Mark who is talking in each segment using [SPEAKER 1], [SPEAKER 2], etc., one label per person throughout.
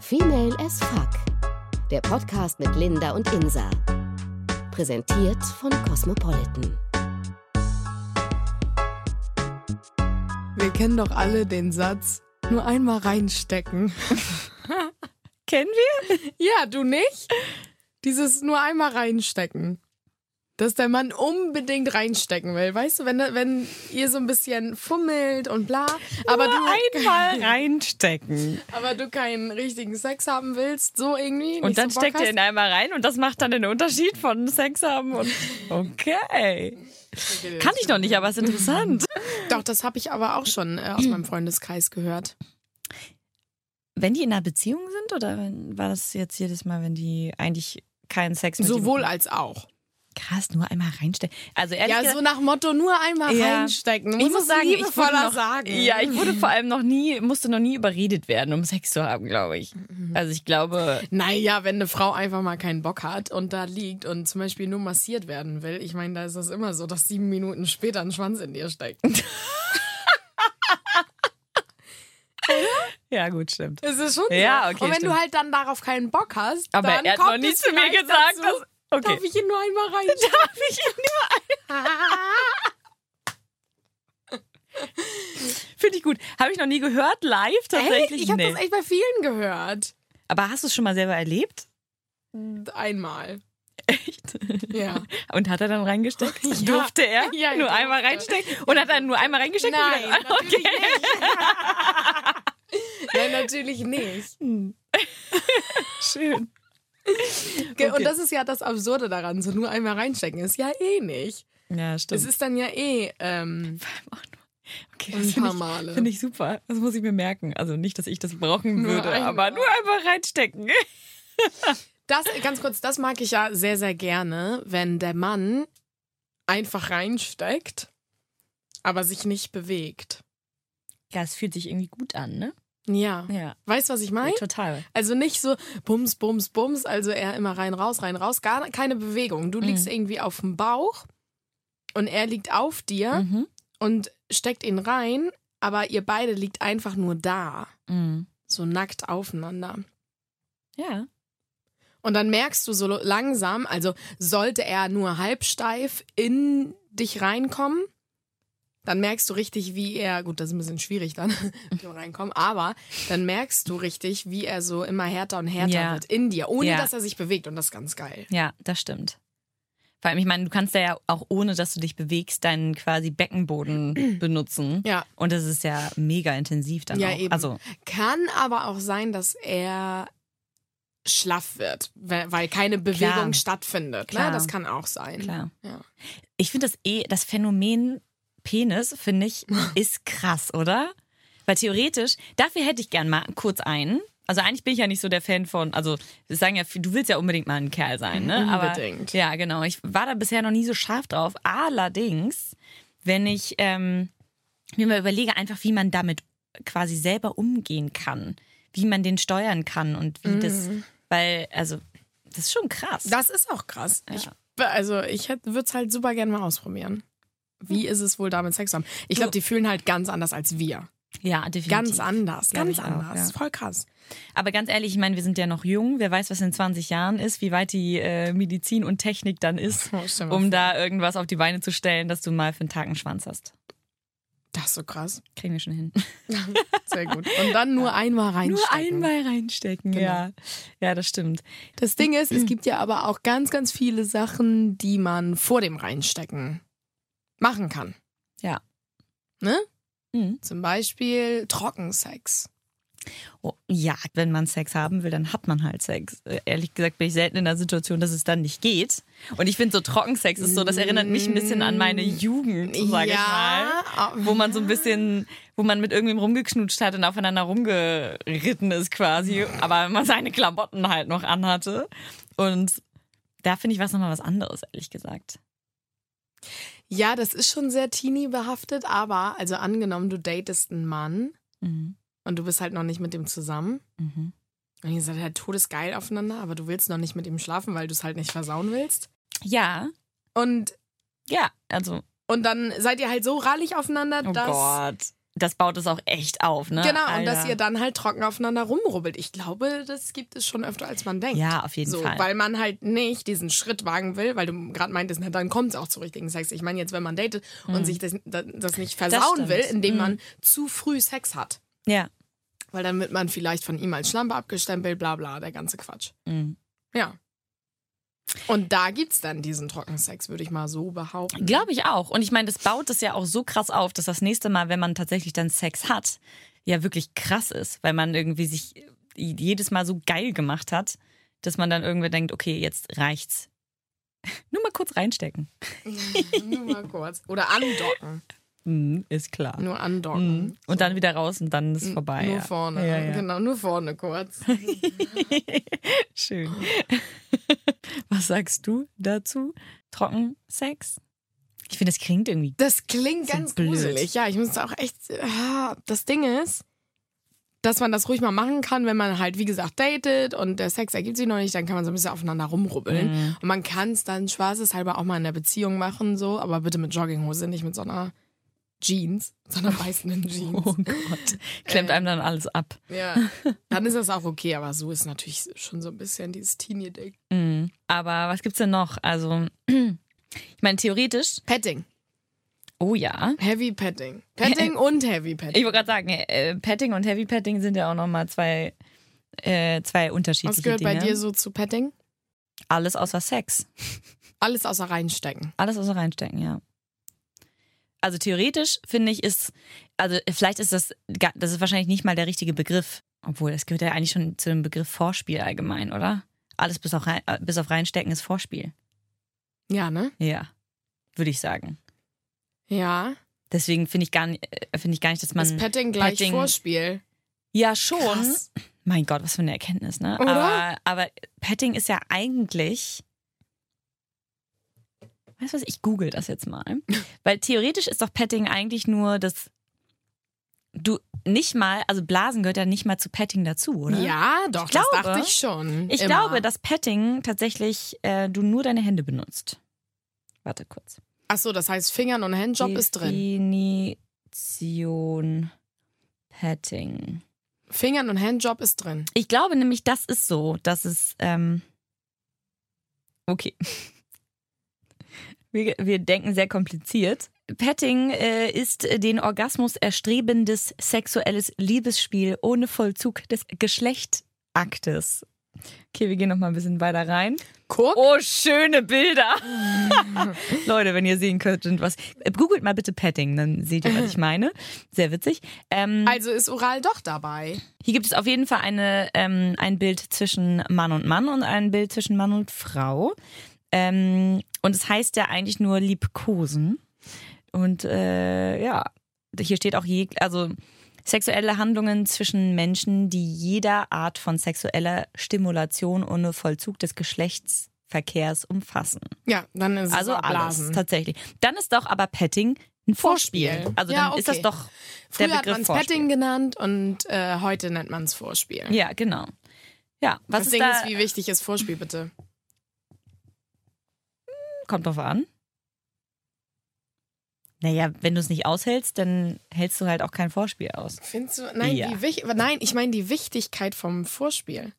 [SPEAKER 1] Female as Fuck. Der Podcast mit Linda und Insa. Präsentiert von Cosmopolitan.
[SPEAKER 2] Wir kennen doch alle den Satz, nur einmal reinstecken.
[SPEAKER 3] Kennen wir?
[SPEAKER 2] Ja, du nicht? Dieses nur einmal reinstecken. Dass der Mann unbedingt reinstecken will. Weißt du, wenn, wenn ihr so ein bisschen fummelt und bla, aber
[SPEAKER 3] Nur
[SPEAKER 2] du,
[SPEAKER 3] einmal reinstecken.
[SPEAKER 2] aber du keinen richtigen Sex haben willst, so irgendwie.
[SPEAKER 3] Und
[SPEAKER 2] nicht
[SPEAKER 3] dann
[SPEAKER 2] so Bock
[SPEAKER 3] steckt ihr
[SPEAKER 2] hast.
[SPEAKER 3] ihn einmal rein und das macht dann den Unterschied von Sex haben und. Okay. Kann ich noch nicht, aber ist interessant.
[SPEAKER 2] Doch, das habe ich aber auch schon äh, aus meinem Freundeskreis gehört.
[SPEAKER 3] Wenn die in einer Beziehung sind oder wenn- war das jetzt jedes Mal, wenn die eigentlich keinen Sex mit
[SPEAKER 2] Sowohl
[SPEAKER 3] jemandem-
[SPEAKER 2] als auch.
[SPEAKER 3] Krass, nur einmal reinstecken. Also ehrlich
[SPEAKER 2] Ja,
[SPEAKER 3] gesagt,
[SPEAKER 2] so nach Motto, nur einmal
[SPEAKER 3] Ja.
[SPEAKER 2] reinstecken. Du
[SPEAKER 3] ich
[SPEAKER 2] musst
[SPEAKER 3] muss
[SPEAKER 2] es
[SPEAKER 3] sagen, ich wurde
[SPEAKER 2] liebevoller
[SPEAKER 3] noch,
[SPEAKER 2] sagen.
[SPEAKER 3] Ja, ich wurde vor allem noch nie, musste noch nie überredet werden, um Sex zu haben, glaube ich.
[SPEAKER 2] Mhm.
[SPEAKER 3] Also ich glaube,
[SPEAKER 2] Naja, wenn eine Frau einfach mal keinen Bock hat und da liegt und zum Beispiel nur massiert werden will, ich meine, da ist es immer so, dass sieben Minuten später ein Schwanz in dir steckt.
[SPEAKER 3] ja gut, stimmt.
[SPEAKER 2] Es ist schon
[SPEAKER 3] Ja,
[SPEAKER 2] so.
[SPEAKER 3] okay,
[SPEAKER 2] und wenn
[SPEAKER 3] stimmt.
[SPEAKER 2] du halt dann darauf keinen Bock hast,
[SPEAKER 3] Aber
[SPEAKER 2] dann
[SPEAKER 3] er hat
[SPEAKER 2] kommt
[SPEAKER 3] noch nie
[SPEAKER 2] es
[SPEAKER 3] zu mir
[SPEAKER 2] vielleicht
[SPEAKER 3] gesagt,
[SPEAKER 2] dazu,
[SPEAKER 3] dass- okay.
[SPEAKER 2] Darf ich ihn nur einmal rein?
[SPEAKER 3] Darf ich ihn nur Finde ich gut. Habe ich noch nie gehört live
[SPEAKER 2] Hey,
[SPEAKER 3] tatsächlich.
[SPEAKER 2] ich habe
[SPEAKER 3] Nee.
[SPEAKER 2] das echt bei vielen gehört.
[SPEAKER 3] Aber hast du es schon mal selber erlebt?
[SPEAKER 2] Einmal.
[SPEAKER 3] Echt?
[SPEAKER 2] Ja.
[SPEAKER 3] Und hat er dann reingesteckt?
[SPEAKER 2] Ja.
[SPEAKER 3] Durfte er
[SPEAKER 2] Ja, ich
[SPEAKER 3] nur
[SPEAKER 2] durfte.
[SPEAKER 3] einmal reinstecken? Und hat er nur einmal reingesteckt? und
[SPEAKER 2] Nein,
[SPEAKER 3] wieder-
[SPEAKER 2] natürlich nicht. Nein, natürlich nicht.
[SPEAKER 3] Schön.
[SPEAKER 2] Ge-
[SPEAKER 3] Okay.
[SPEAKER 2] Und das ist ja das Absurde daran, so nur einmal reinstecken ist ja eh nicht.
[SPEAKER 3] Ja, stimmt.
[SPEAKER 2] Es ist dann ja eh ähm,
[SPEAKER 3] okay,
[SPEAKER 2] ein
[SPEAKER 3] das
[SPEAKER 2] paar
[SPEAKER 3] finde
[SPEAKER 2] Male.
[SPEAKER 3] ich, finde ich super. Das muss ich mir merken. Also nicht, dass ich das brauchen
[SPEAKER 2] Nur
[SPEAKER 3] würde,
[SPEAKER 2] einmal.
[SPEAKER 3] aber nur einmal reinstecken.
[SPEAKER 2] Das, ganz kurz, das mag ich ja sehr, sehr gerne, wenn der Mann einfach reinsteckt, aber sich nicht bewegt.
[SPEAKER 3] Ja, es fühlt sich irgendwie gut an, ne?
[SPEAKER 2] Ja.
[SPEAKER 3] Ja,
[SPEAKER 2] Weißt du, was ich
[SPEAKER 3] ja
[SPEAKER 2] meine?
[SPEAKER 3] total.
[SPEAKER 2] Also nicht so bums, bums, bums, also er immer rein, raus, rein, raus, gar keine Bewegung. Du liegst irgendwie auf dem Bauch und er liegt auf dir
[SPEAKER 3] Mhm.
[SPEAKER 2] und steckt ihn rein, aber ihr beide liegt einfach nur da,
[SPEAKER 3] Mhm.
[SPEAKER 2] so nackt aufeinander.
[SPEAKER 3] Ja.
[SPEAKER 2] Und dann merkst du so langsam, also sollte er nur halbsteif in dich reinkommen, dann merkst du richtig, wie er, gut, das ist ein bisschen schwierig dann, mit dem reinkommen, aber dann merkst du richtig, wie er so immer härter und härter
[SPEAKER 3] Ja.
[SPEAKER 2] wird in dir, ohne
[SPEAKER 3] Ja.
[SPEAKER 2] dass er sich bewegt und das ist ganz geil.
[SPEAKER 3] Ja, das stimmt. Vor allem, ich meine, du kannst ja, ja auch ohne, dass du dich bewegst, deinen quasi Beckenboden benutzen.
[SPEAKER 2] Ja.
[SPEAKER 3] Und das ist ja mega intensiv dann
[SPEAKER 2] Ja,
[SPEAKER 3] auch.
[SPEAKER 2] eben.
[SPEAKER 3] Also,
[SPEAKER 2] Kann aber auch sein, dass er schlaff wird, we- weil keine Bewegung
[SPEAKER 3] Klar.
[SPEAKER 2] stattfindet. Ne?
[SPEAKER 3] Klar.
[SPEAKER 2] Das kann auch sein.
[SPEAKER 3] klar.
[SPEAKER 2] Ja.
[SPEAKER 3] Ich finde das eh, das Phänomen Penis, finde ich, ist krass, oder? Weil theoretisch, dafür hätte ich gern mal kurz einen. Also eigentlich bin ich ja nicht so der Fan von, also wir sagen ja, viel- du willst ja unbedingt mal ein Kerl sein, ne?
[SPEAKER 2] Mhm, Unbedingt.
[SPEAKER 3] Aber, ja, genau. Ich war da bisher noch nie so scharf drauf. Allerdings, wenn ich ähm, mir mal überlege, einfach wie man damit quasi selber umgehen kann, wie man den steuern kann und wie das,
[SPEAKER 2] Mhm.
[SPEAKER 3] weil, also, das ist schon krass.
[SPEAKER 2] Das ist auch krass. Ich, also ich würde es halt super gerne mal ausprobieren. Wie
[SPEAKER 3] Hm.
[SPEAKER 2] ist es wohl damit Sex zu haben? Ich glaube, die fühlen halt ganz anders als wir.
[SPEAKER 3] ja, definitiv.
[SPEAKER 2] Ganz anders,
[SPEAKER 3] Glaub
[SPEAKER 2] ganz
[SPEAKER 3] ich auch,
[SPEAKER 2] anders.
[SPEAKER 3] ja.
[SPEAKER 2] Voll krass.
[SPEAKER 3] Aber ganz ehrlich, ich meine, wir sind ja noch jung. Wer weiß, was in 20 Jahren ist, wie weit die äh, Medizin und Technik dann ist,
[SPEAKER 2] Oh, stell mal
[SPEAKER 3] um
[SPEAKER 2] vor.
[SPEAKER 3] da irgendwas auf die Beine zu stellen, dass du mal für einen Tag einen Schwanz hast.
[SPEAKER 2] Das ist so krass.
[SPEAKER 3] Kriegen wir schon hin.
[SPEAKER 2] Sehr gut. Und dann nur einmal reinstecken.
[SPEAKER 3] Nur einmal reinstecken, ja. Ja, das stimmt.
[SPEAKER 2] Das Ding ist, es gibt ja aber auch ganz, ganz viele Sachen, die man vor dem Reinstecken machen kann.
[SPEAKER 3] Ja.
[SPEAKER 2] Ne?
[SPEAKER 3] Mhm.
[SPEAKER 2] Zum Beispiel Trockensex.
[SPEAKER 3] Oh, ja, wenn man Sex haben will, dann hat man halt Sex. Äh, Ehrlich gesagt bin ich selten in der Situation, dass es dann nicht geht. Und ich finde so Trockensex ist so, das erinnert mich ein bisschen an meine Jugend, sage ich mal.
[SPEAKER 2] ja,
[SPEAKER 3] wo man so ein bisschen, wo man mit irgendwem rumgeknutscht hat und aufeinander rumgeritten ist quasi, aber man seine Klamotten halt noch anhatte. Und da finde ich was nochmal was anderes, ehrlich gesagt.
[SPEAKER 2] Ja, das ist schon sehr teenie behaftet, aber also angenommen, du datest einen Mann
[SPEAKER 3] Mhm.
[SPEAKER 2] und du bist halt noch nicht mit dem zusammen
[SPEAKER 3] Mhm.
[SPEAKER 2] und ihr seid halt todesgeil aufeinander, aber du willst noch nicht mit ihm schlafen, weil du es halt nicht versauen willst.
[SPEAKER 3] Ja,
[SPEAKER 2] Und
[SPEAKER 3] ja, also,
[SPEAKER 2] und dann seid ihr halt so rallig aufeinander,
[SPEAKER 3] oh
[SPEAKER 2] dass
[SPEAKER 3] Gott. das baut es auch echt auf, ne?
[SPEAKER 2] Genau,
[SPEAKER 3] Alter.
[SPEAKER 2] und dass ihr dann halt trocken aufeinander rumrubbelt. Ich glaube, das gibt es schon öfter, als man denkt.
[SPEAKER 3] Ja, auf jeden
[SPEAKER 2] so,
[SPEAKER 3] Fall.
[SPEAKER 2] Weil man halt nicht diesen Schritt wagen will, weil du gerade meintest, na, dann kommt es auch zu richtigen Sex. Ich meine jetzt, wenn man datet und sich das, das nicht versauen
[SPEAKER 3] Mhm. stimmt. Mhm.
[SPEAKER 2] will, indem man zu früh Sex hat.
[SPEAKER 3] ja.
[SPEAKER 2] Weil dann wird man vielleicht von ihm als Schlampe abgestempelt, bla bla, der ganze Quatsch.
[SPEAKER 3] Mhm.
[SPEAKER 2] Ja. Und da gibt's dann diesen Trockensex, würde ich mal so behaupten.
[SPEAKER 3] Glaube ich auch. Und ich meine, das baut es ja auch so krass auf, dass das nächste Mal, wenn man tatsächlich dann Sex hat, ja wirklich krass ist, weil man irgendwie sich jedes Mal so geil gemacht hat, dass man dann irgendwie denkt, okay, jetzt reicht's. Nur mal kurz reinstecken.
[SPEAKER 2] Nur mal kurz. Oder andocken.
[SPEAKER 3] Mhm, ist klar.
[SPEAKER 2] Nur andocken. Hm.
[SPEAKER 3] Mhm. Und dann wieder raus und dann ist vorbei.
[SPEAKER 2] Nur
[SPEAKER 3] ja.
[SPEAKER 2] vorne.
[SPEAKER 3] Ja, ja.
[SPEAKER 2] Genau, nur vorne kurz.
[SPEAKER 3] Schön. Was sagst du dazu? Trockensex? Ich finde, das klingt irgendwie.
[SPEAKER 2] Das klingt
[SPEAKER 3] Sind
[SPEAKER 2] ganz
[SPEAKER 3] blöd.
[SPEAKER 2] gruselig. Ja, ich muss auch echt. ah, Das Ding ist, dass man das ruhig mal machen kann, wenn man halt, wie gesagt, datet und der Sex ergibt sich noch nicht, dann kann man so ein bisschen aufeinander rumrubbeln.
[SPEAKER 3] Mhm.
[SPEAKER 2] Und man kann es dann spaßeshalber auch mal in der Beziehung machen, so, aber bitte mit Jogginghose, nicht mit so einer Jeans, sondern weißen Jeans.
[SPEAKER 3] Oh Gott. Klemmt einem dann alles ab.
[SPEAKER 2] Ja. Dann ist das auch okay, aber so ist natürlich schon so ein bisschen dieses Teenie-Ding.
[SPEAKER 3] Mhm. Aber was gibt's denn noch? Also, ich meine, theoretisch.
[SPEAKER 2] Petting.
[SPEAKER 3] Oh ja.
[SPEAKER 2] Heavy Petting. Petting und Heavy Petting.
[SPEAKER 3] Ich wollte gerade sagen, äh, Petting und Heavy Petting sind ja auch nochmal zwei, äh, zwei unterschiedliche
[SPEAKER 2] Was gehört
[SPEAKER 3] Dinge.
[SPEAKER 2] bei dir so zu Petting?
[SPEAKER 3] Alles außer Sex.
[SPEAKER 2] Alles außer reinstecken.
[SPEAKER 3] Alles außer reinstecken, ja. Also theoretisch finde ich ist, also vielleicht ist das, ga- das ist wahrscheinlich nicht mal der richtige Begriff, obwohl das gehört ja eigentlich schon zu dem Begriff Vorspiel allgemein, oder? Alles bis auf, rein, äh, bis auf reinstecken ist Vorspiel.
[SPEAKER 2] Ja, ne?
[SPEAKER 3] Ja, würde ich sagen.
[SPEAKER 2] Ja.
[SPEAKER 3] Deswegen finde ich gar nicht, äh, finde ich gar nicht, dass man
[SPEAKER 2] ist Petting gleich
[SPEAKER 3] Petting-
[SPEAKER 2] Vorspiel?
[SPEAKER 3] ja schon.
[SPEAKER 2] Krass.
[SPEAKER 3] Mein Gott, was für eine Erkenntnis, ne?
[SPEAKER 2] Oder?
[SPEAKER 3] Aber, aber Petting ist ja eigentlich. Weißt du was? Ich google das jetzt mal. Weil theoretisch ist doch Petting eigentlich nur das. Du nicht mal, also Blasen gehört ja nicht mal zu Petting dazu, oder?
[SPEAKER 2] Ja, doch,
[SPEAKER 3] Ich
[SPEAKER 2] das
[SPEAKER 3] glaube-
[SPEAKER 2] dachte ich schon.
[SPEAKER 3] Ich
[SPEAKER 2] Immer.
[SPEAKER 3] glaube, dass Petting tatsächlich äh, du nur deine Hände benutzt. Warte kurz.
[SPEAKER 2] Ach so, das heißt, Fingern und Handjob ist drin.
[SPEAKER 3] Definition Petting.
[SPEAKER 2] Fingern und Handjob ist drin.
[SPEAKER 3] Ich glaube nämlich, das ist so, dass es. Ähm okay. Wir, wir denken sehr kompliziert. Petting äh, ist den Orgasmus erstrebendes sexuelles Liebesspiel ohne Vollzug des Geschlechtaktes. Okay, wir gehen noch mal ein bisschen weiter rein.
[SPEAKER 2] Guck.
[SPEAKER 3] Oh, schöne Bilder. Leute, wenn ihr sehen könnt, sind was. Googelt mal bitte Petting, dann seht ihr, was ich meine. Sehr witzig. Ähm,
[SPEAKER 2] Also ist Oral doch dabei.
[SPEAKER 3] hier gibt es auf jeden Fall eine, ähm, ein Bild zwischen Mann und Mann und ein Bild zwischen Mann und Frau. Ähm, und es heißt ja eigentlich nur liebkosen. Und äh, ja, hier steht auch je, also sexuelle Handlungen zwischen Menschen, die jeder Art von sexueller Stimulation ohne Vollzug des Geschlechtsverkehrs umfassen.
[SPEAKER 2] Ja, dann ist
[SPEAKER 3] Also
[SPEAKER 2] es auch
[SPEAKER 3] alles
[SPEAKER 2] Blasen.
[SPEAKER 3] tatsächlich. Dann ist doch aber Petting ein Vorspiel.
[SPEAKER 2] Vorspiel.
[SPEAKER 3] Also
[SPEAKER 2] Ja,
[SPEAKER 3] dann ist das
[SPEAKER 2] okay.
[SPEAKER 3] doch der
[SPEAKER 2] Früher hat
[SPEAKER 3] Begriff
[SPEAKER 2] man es
[SPEAKER 3] Vorspiel.
[SPEAKER 2] Petting genannt und äh, heute nennt man es Vorspiel.
[SPEAKER 3] Ja, genau. Ja, was
[SPEAKER 2] das
[SPEAKER 3] ist
[SPEAKER 2] Ding
[SPEAKER 3] da?
[SPEAKER 2] ist, wie wichtig ist Vorspiel bitte?
[SPEAKER 3] Kommt drauf an. Naja, wenn du es nicht aushältst, dann hältst du halt auch kein Vorspiel aus.
[SPEAKER 2] Findest du? Nein,
[SPEAKER 3] Ja.
[SPEAKER 2] die Wich Nein ich meine die Wichtigkeit vom Vorspiel.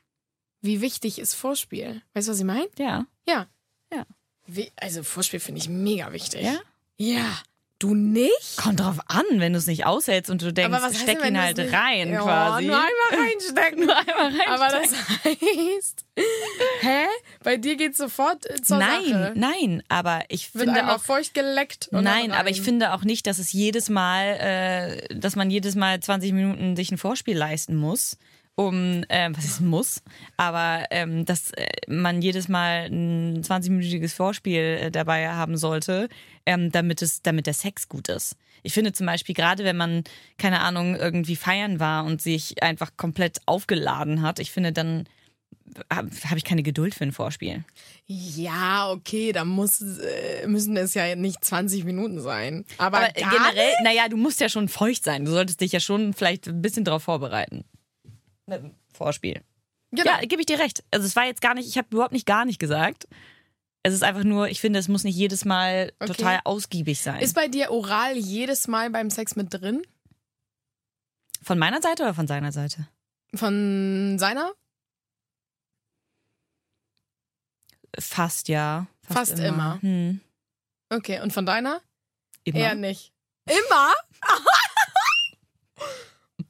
[SPEAKER 2] Wie wichtig ist Vorspiel? Weißt du, was ich meine?
[SPEAKER 3] Ja.
[SPEAKER 2] Ja.
[SPEAKER 3] Ja.
[SPEAKER 2] Wie, also Vorspiel finde ich mega wichtig.
[SPEAKER 3] Ja?
[SPEAKER 2] Ja. Du nicht?
[SPEAKER 3] Kommt drauf an, wenn du es nicht aushältst und du denkst,
[SPEAKER 2] heißt
[SPEAKER 3] steck
[SPEAKER 2] denn, wenn
[SPEAKER 3] ihn
[SPEAKER 2] du es
[SPEAKER 3] halt
[SPEAKER 2] nicht-
[SPEAKER 3] rein
[SPEAKER 2] ja,
[SPEAKER 3] quasi.
[SPEAKER 2] Nur einmal reinstecken.
[SPEAKER 3] Nur einmal rein.
[SPEAKER 2] Aber das heißt, hä? Bei dir geht's sofort äh, zur
[SPEAKER 3] nein,
[SPEAKER 2] Sache.
[SPEAKER 3] nein, aber ich
[SPEAKER 2] Wird
[SPEAKER 3] finde
[SPEAKER 2] einmal
[SPEAKER 3] auch
[SPEAKER 2] feucht geleckt. und
[SPEAKER 3] Nein,
[SPEAKER 2] dann
[SPEAKER 3] aber ich
[SPEAKER 2] rein.
[SPEAKER 3] finde auch nicht, dass es jedes Mal, äh, dass man jedes Mal 20 Minuten sich ein Vorspiel leisten muss, um, ähm, was ist ein Muss, aber ähm, dass äh, man jedes Mal ein 20-minütiges Vorspiel äh, dabei haben sollte, ähm, damit, es, damit der Sex gut ist. Ich finde zum Beispiel, gerade wenn man, keine Ahnung, irgendwie feiern war und sich einfach komplett aufgeladen hat, ich finde, dann habe hab ich keine Geduld für ein Vorspiel.
[SPEAKER 2] Ja, okay, da muss, äh, müssen es ja nicht 20 Minuten sein. Aber,
[SPEAKER 3] Aber
[SPEAKER 2] gar
[SPEAKER 3] generell, naja, du musst ja schon feucht sein. Du solltest dich ja schon vielleicht ein bisschen drauf vorbereiten. Mit dem Vorspiel.
[SPEAKER 2] Genau.
[SPEAKER 3] Ja, gebe ich dir recht. Also es war jetzt gar nicht, ich habe überhaupt nicht gar nicht gesagt. Es ist einfach nur, ich finde, es muss nicht jedes Mal
[SPEAKER 2] Okay.
[SPEAKER 3] total ausgiebig sein.
[SPEAKER 2] Ist bei dir oral jedes Mal beim Sex mit drin?
[SPEAKER 3] Von meiner Seite oder von seiner Seite?
[SPEAKER 2] Von seiner?
[SPEAKER 3] Fast ja.
[SPEAKER 2] Fast immer.
[SPEAKER 3] Hm.
[SPEAKER 2] Okay, und von deiner?
[SPEAKER 3] Immer.
[SPEAKER 2] Eher nicht. Immer?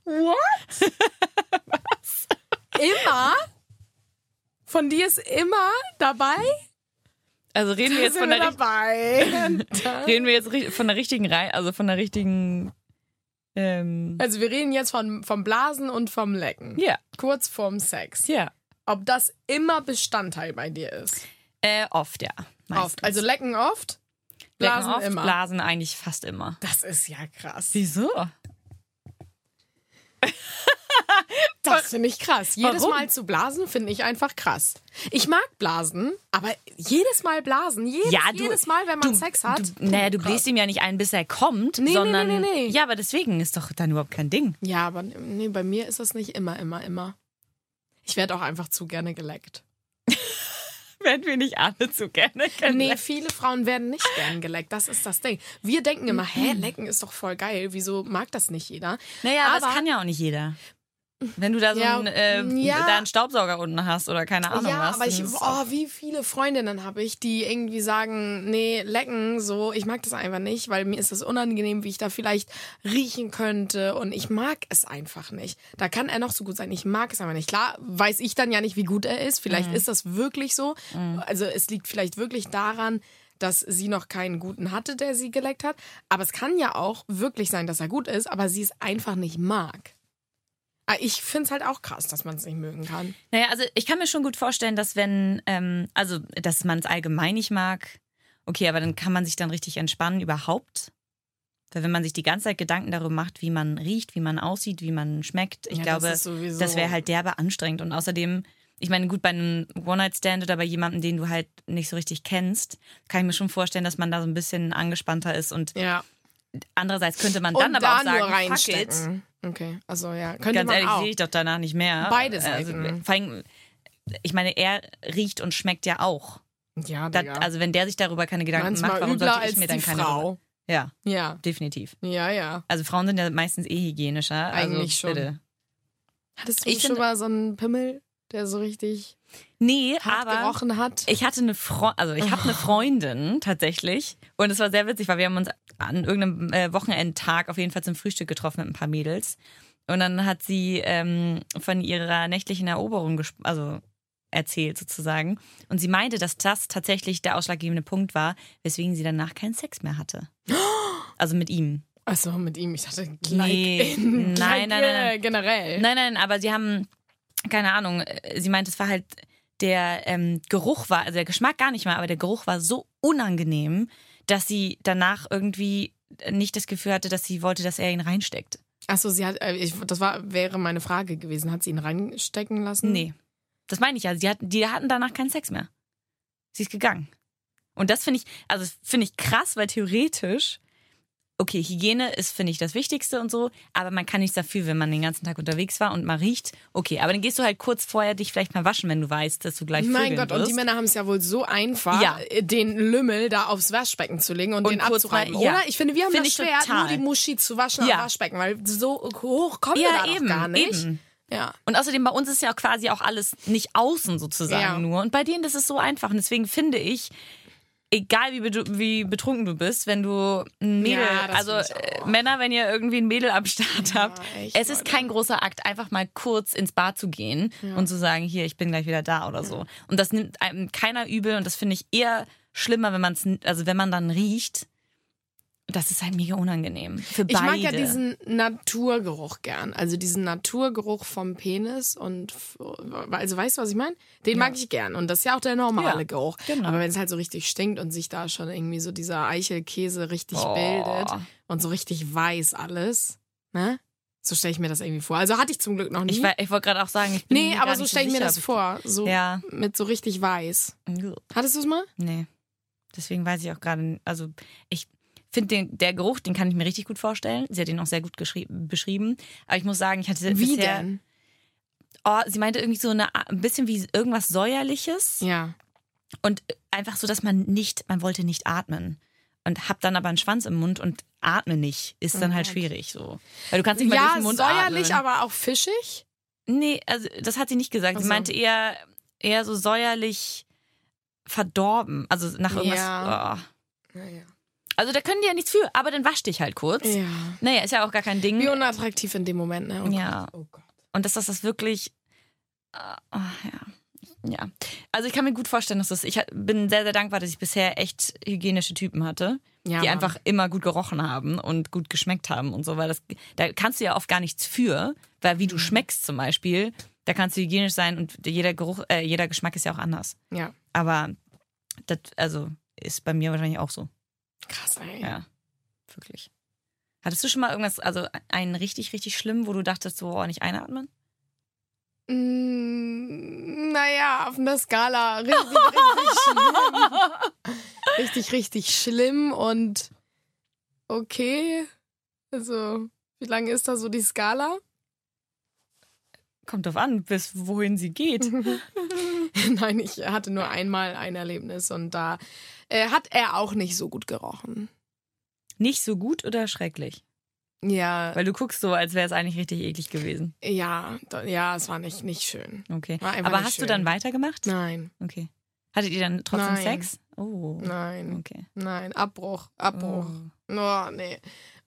[SPEAKER 2] What? Immer? Von dir ist immer dabei?
[SPEAKER 3] Also reden wir jetzt
[SPEAKER 2] Sind
[SPEAKER 3] von
[SPEAKER 2] wir
[SPEAKER 3] der richt-
[SPEAKER 2] dabei.
[SPEAKER 3] reden wir jetzt ri- von der richtigen Reihe, also von der richtigen ähm,
[SPEAKER 2] also wir reden jetzt von, vom Blasen und vom Lecken.
[SPEAKER 3] Ja.
[SPEAKER 2] Kurz vorm Sex.
[SPEAKER 3] Ja.
[SPEAKER 2] Ob das immer Bestandteil bei dir ist?
[SPEAKER 3] Äh, oft, ja. Meistens.
[SPEAKER 2] Oft. Also Lecken oft,
[SPEAKER 3] Lecken
[SPEAKER 2] Blasen
[SPEAKER 3] oft,
[SPEAKER 2] immer.
[SPEAKER 3] Blasen eigentlich fast immer.
[SPEAKER 2] das ist ja krass.
[SPEAKER 3] Wieso?
[SPEAKER 2] Das finde ich krass. Jedes
[SPEAKER 3] Warum?
[SPEAKER 2] Mal zu blasen finde ich einfach krass. Ich mag blasen, aber jedes Mal blasen, jedes,
[SPEAKER 3] Ja, du-
[SPEAKER 2] jedes Mal, wenn man Sex hat.
[SPEAKER 3] Du, naja, du bläst ihm ja nicht ein, bis er kommt,
[SPEAKER 2] nee,
[SPEAKER 3] sondern.
[SPEAKER 2] nee, nee, nee.
[SPEAKER 3] Ja, aber deswegen ist doch dann überhaupt kein Ding.
[SPEAKER 2] Ja, aber nee, bei mir ist das nicht immer, immer, immer. Ich werde auch einfach zu gerne geleckt.
[SPEAKER 3] Wenn wir nicht alle zu gerne kennen.
[SPEAKER 2] Nee, viele Frauen werden nicht gern geleckt. Das ist das Ding. Wir denken immer, hä, lecken ist doch voll geil. Wieso mag das nicht jeder?
[SPEAKER 3] Naja, aber,
[SPEAKER 2] Aber-
[SPEAKER 3] das kann ja auch nicht jeder. Wenn du da so
[SPEAKER 2] Ja,
[SPEAKER 3] einen, äh,
[SPEAKER 2] ja.
[SPEAKER 3] da einen Staubsauger unten hast oder keine Ahnung
[SPEAKER 2] ja,
[SPEAKER 3] was.
[SPEAKER 2] aber ich,
[SPEAKER 3] dann ist-
[SPEAKER 2] oh, wie viele Freundinnen habe ich, die irgendwie sagen, nee, lecken, so, ich mag das einfach nicht, weil mir ist das unangenehm, wie ich da vielleicht riechen könnte und ich mag es einfach nicht. Da kann er noch so gut sein, ich mag es einfach nicht. Klar, weiß ich dann ja nicht, wie gut er ist, vielleicht
[SPEAKER 3] Mhm.
[SPEAKER 2] ist das wirklich so. Also es liegt vielleicht wirklich daran, dass sie noch keinen guten hatte, der sie geleckt hat. Aber es kann ja auch wirklich sein, dass er gut ist, aber sie es einfach nicht mag. Ah, Ich finde es halt auch krass, dass man es nicht mögen kann.
[SPEAKER 3] Naja, also ich kann mir schon gut vorstellen, dass wenn, ähm, also dass man es allgemein nicht mag, okay, aber dann kann man sich dann richtig entspannen überhaupt. Weil wenn man sich die ganze Zeit Gedanken darüber macht, wie man riecht, wie man aussieht, wie man schmeckt, ich
[SPEAKER 2] Ja, das
[SPEAKER 3] glaube,
[SPEAKER 2] ist sowieso-
[SPEAKER 3] das wäre halt derbe anstrengend. Und außerdem, ich meine, gut, bei einem One-Night-Stand oder bei jemandem, den du halt nicht so richtig kennst, kann ich mir schon vorstellen, dass man da so ein bisschen angespannter ist. Und
[SPEAKER 2] Ja.
[SPEAKER 3] andererseits könnte man dann
[SPEAKER 2] und
[SPEAKER 3] aber
[SPEAKER 2] da
[SPEAKER 3] auch sagen,
[SPEAKER 2] nur
[SPEAKER 3] fuck it,
[SPEAKER 2] reinstecken. Okay, also ja, könnte
[SPEAKER 3] Ganz
[SPEAKER 2] man
[SPEAKER 3] ehrlich,
[SPEAKER 2] auch.
[SPEAKER 3] sehe ich doch danach nicht mehr. Also,
[SPEAKER 2] Beide Seiten.
[SPEAKER 3] vor allem, ich meine, er riecht und schmeckt ja auch.
[SPEAKER 2] ja,
[SPEAKER 3] Das,
[SPEAKER 2] Digga.
[SPEAKER 3] also wenn der sich darüber keine Gedanken
[SPEAKER 2] manchmal
[SPEAKER 3] macht, warum
[SPEAKER 2] übler
[SPEAKER 3] sollte
[SPEAKER 2] als
[SPEAKER 3] ich mir dann
[SPEAKER 2] die
[SPEAKER 3] keine
[SPEAKER 2] Frau.
[SPEAKER 3] Gedanken- Ja,
[SPEAKER 2] Ja,
[SPEAKER 3] definitiv.
[SPEAKER 2] ja, ja.
[SPEAKER 3] Also Frauen sind ja meistens eh hygienischer.
[SPEAKER 2] Eigentlich
[SPEAKER 3] also,
[SPEAKER 2] schon.
[SPEAKER 3] Bitte.
[SPEAKER 2] Hattest du
[SPEAKER 3] Ich
[SPEAKER 2] schon
[SPEAKER 3] finde-
[SPEAKER 2] mal so einen Pimmel, der so richtig
[SPEAKER 3] Nee,
[SPEAKER 2] hart
[SPEAKER 3] aber
[SPEAKER 2] gerochen hat?
[SPEAKER 3] ich hatte eine Freundin, also ich habe eine Freundin tatsächlich und es war sehr witzig, weil wir haben uns an irgendeinem äh, Wochenendtag auf jeden Fall zum Frühstück getroffen mit ein paar Mädels und dann hat sie ähm, von ihrer nächtlichen Eroberung gesp- also erzählt sozusagen und sie meinte, dass das tatsächlich der ausschlaggebende Punkt war, weswegen sie danach keinen Sex mehr hatte. Also mit ihm.
[SPEAKER 2] Also mit ihm, ich dachte gleich
[SPEAKER 3] Nee.
[SPEAKER 2] in,
[SPEAKER 3] Nein,
[SPEAKER 2] gleich,
[SPEAKER 3] nein, nein,
[SPEAKER 2] äh,
[SPEAKER 3] nein.
[SPEAKER 2] generell.
[SPEAKER 3] Nein, nein, aber sie haben, keine Ahnung, äh, sie meint, es war halt, der ähm, Geruch war, also der Geschmack gar nicht mal, aber der Geruch war so unangenehm, dass sie danach irgendwie nicht das Gefühl hatte, dass sie wollte, dass er ihn reinsteckt.
[SPEAKER 2] Achso, sie hat, äh, ich, das war, wäre meine Frage gewesen. Hat sie ihn reinstecken lassen?
[SPEAKER 3] Nee. Das meine ich ja. Sie hatten, die hatten danach keinen Sex mehr. Sie ist gegangen. Und das finde ich, also finde ich krass, weil theoretisch, okay, Hygiene ist, finde ich, das Wichtigste und so, aber man kann nichts dafür, wenn man den ganzen Tag unterwegs war und mal riecht. Okay, aber dann gehst du halt kurz vorher dich vielleicht mal waschen, wenn du weißt, dass du gleich
[SPEAKER 2] Mein
[SPEAKER 3] vögeln
[SPEAKER 2] Gott,
[SPEAKER 3] wirst.
[SPEAKER 2] und die Männer haben es ja wohl so einfach,
[SPEAKER 3] Ja.
[SPEAKER 2] äh, den Lümmel da aufs Waschbecken zu legen und,
[SPEAKER 3] Und
[SPEAKER 2] den
[SPEAKER 3] kurz
[SPEAKER 2] abzureiben.
[SPEAKER 3] mal- ja.
[SPEAKER 2] Oder? Ich finde, wir haben
[SPEAKER 3] Finde
[SPEAKER 2] das
[SPEAKER 3] ich
[SPEAKER 2] schwer,
[SPEAKER 3] total.
[SPEAKER 2] nur die Muschi zu waschen am
[SPEAKER 3] Ja.
[SPEAKER 2] Waschbecken, weil so hoch kommen wir
[SPEAKER 3] ja,
[SPEAKER 2] da
[SPEAKER 3] eben,
[SPEAKER 2] doch gar nicht.
[SPEAKER 3] eben.
[SPEAKER 2] Ja.
[SPEAKER 3] Und außerdem bei uns ist ja quasi auch alles nicht außen sozusagen
[SPEAKER 2] Ja.
[SPEAKER 3] nur. Und bei denen das ist so einfach. Und deswegen finde ich, egal wie, bedru- wie betrunken du bist, wenn du ein Mädel,
[SPEAKER 2] Ja, das
[SPEAKER 3] also
[SPEAKER 2] finde ich
[SPEAKER 3] äh, Männer, wenn ihr irgendwie ein Mädel am Start habt,
[SPEAKER 2] echt,
[SPEAKER 3] es ist
[SPEAKER 2] Leute.
[SPEAKER 3] kein großer Akt, einfach mal kurz ins Bar zu gehen und zu sagen, hier, ich bin gleich wieder da oder so. Und das nimmt einem keiner übel und das finde ich eher schlimmer, wenn man es, also wenn man dann riecht. Das ist halt mega unangenehm. Für
[SPEAKER 2] Ich
[SPEAKER 3] beide.
[SPEAKER 2] mag ja diesen Naturgeruch gern. Also diesen Naturgeruch vom Penis und f- also weißt du, was ich meine? Den mag ich gern. Und das ist ja auch der normale
[SPEAKER 3] Ja,
[SPEAKER 2] Geruch.
[SPEAKER 3] genau.
[SPEAKER 2] Aber wenn es halt so richtig stinkt und sich da schon irgendwie so dieser Eichelkäse richtig
[SPEAKER 3] Oh.
[SPEAKER 2] bildet und so richtig weiß alles, ne? So stelle ich mir das irgendwie vor. Also hatte ich zum Glück noch nie.
[SPEAKER 3] Ich, wei- ich wollte gerade auch sagen, ich bin
[SPEAKER 2] nee,
[SPEAKER 3] mir gar
[SPEAKER 2] aber so
[SPEAKER 3] nicht
[SPEAKER 2] stelle ich mir
[SPEAKER 3] sicher,
[SPEAKER 2] das
[SPEAKER 3] ob ich-
[SPEAKER 2] vor. So
[SPEAKER 3] Ja.
[SPEAKER 2] mit so richtig weiß. Hattest du es mal?
[SPEAKER 3] Nee. Deswegen weiß ich auch gerade, n- also ich finde den der Geruch, den kann ich mir richtig gut vorstellen. Sie hat ihn auch sehr gut geschrie- beschrieben, aber ich muss sagen, ich hatte
[SPEAKER 2] Wie
[SPEAKER 3] Äh, bisher
[SPEAKER 2] denn?
[SPEAKER 3] Oh, sie meinte irgendwie so eine Art- ein bisschen wie irgendwas säuerliches
[SPEAKER 2] Ja.
[SPEAKER 3] und einfach so, dass man nicht man wollte nicht atmen. und hab dann aber einen Schwanz im Mund und atme nicht, ist dann halt schwierig so. Weil du kannst nicht mal durch
[SPEAKER 2] Ja,
[SPEAKER 3] den Mund
[SPEAKER 2] säuerlich,
[SPEAKER 3] atmen.
[SPEAKER 2] aber auch fischig.
[SPEAKER 3] Nee, also das hat sie nicht gesagt.
[SPEAKER 2] Ach
[SPEAKER 3] Sie
[SPEAKER 2] so.
[SPEAKER 3] meinte eher, eher so säuerlich verdorben. Also nach irgendwas.
[SPEAKER 2] Ja.
[SPEAKER 3] Oh.
[SPEAKER 2] Naja.
[SPEAKER 3] Also da können die ja nichts für, aber dann wasch dich halt kurz.
[SPEAKER 2] Ja.
[SPEAKER 3] Naja, ist ja auch gar kein Ding.
[SPEAKER 2] Wie unattraktiv in dem Moment, ne? Oh
[SPEAKER 3] Ja.
[SPEAKER 2] Gott. Oh Gott.
[SPEAKER 3] Und dass das das wirklich. ah, ah, ja. Ja. Also ich kann mir gut vorstellen, dass das. Ich ha- bin sehr, sehr dankbar, dass ich bisher echt hygienische Typen hatte,
[SPEAKER 2] Ja,
[SPEAKER 3] die
[SPEAKER 2] Mann.
[SPEAKER 3] einfach immer gut gerochen haben und gut geschmeckt haben und so, weil das. Da kannst du ja oft gar nichts für, weil
[SPEAKER 2] Mhm.
[SPEAKER 3] wie du schmeckst zum Beispiel, da kannst du hygienisch sein und jeder Geruch, äh, jeder Geschmack ist ja auch anders.
[SPEAKER 2] Ja.
[SPEAKER 3] Aber das, also, ist bei mir wahrscheinlich auch so.
[SPEAKER 2] Krass, ey.
[SPEAKER 3] Ja. Wirklich. Hattest du schon mal irgendwas, also einen richtig, richtig schlimm, wo du dachtest, so, oh, nicht einatmen?
[SPEAKER 2] Mm, naja, auf einer Skala. Richtig, richtig schlimm. Richtig, richtig schlimm und okay. Also, wie lang ist da so die Skala?
[SPEAKER 3] Kommt drauf an, bis wohin sie geht.
[SPEAKER 2] Mhm. Nein, ich hatte nur einmal ein Erlebnis und da äh, hat er auch nicht so gut gerochen.
[SPEAKER 3] Nicht so gut oder schrecklich?
[SPEAKER 2] Ja,
[SPEAKER 3] Weil du guckst so, als wäre es eigentlich richtig eklig gewesen.
[SPEAKER 2] ja, da, ja, es war nicht, nicht schön.
[SPEAKER 3] Okay.
[SPEAKER 2] War einfach
[SPEAKER 3] Aber
[SPEAKER 2] nicht
[SPEAKER 3] hast du
[SPEAKER 2] schön.
[SPEAKER 3] dann weitergemacht?
[SPEAKER 2] Nein,
[SPEAKER 3] Okay. Hattet ihr dann trotzdem
[SPEAKER 2] Nein.
[SPEAKER 3] Sex? Oh.
[SPEAKER 2] nein,
[SPEAKER 3] Okay.
[SPEAKER 2] nein, Abbruch, Abbruch. Oh, nee.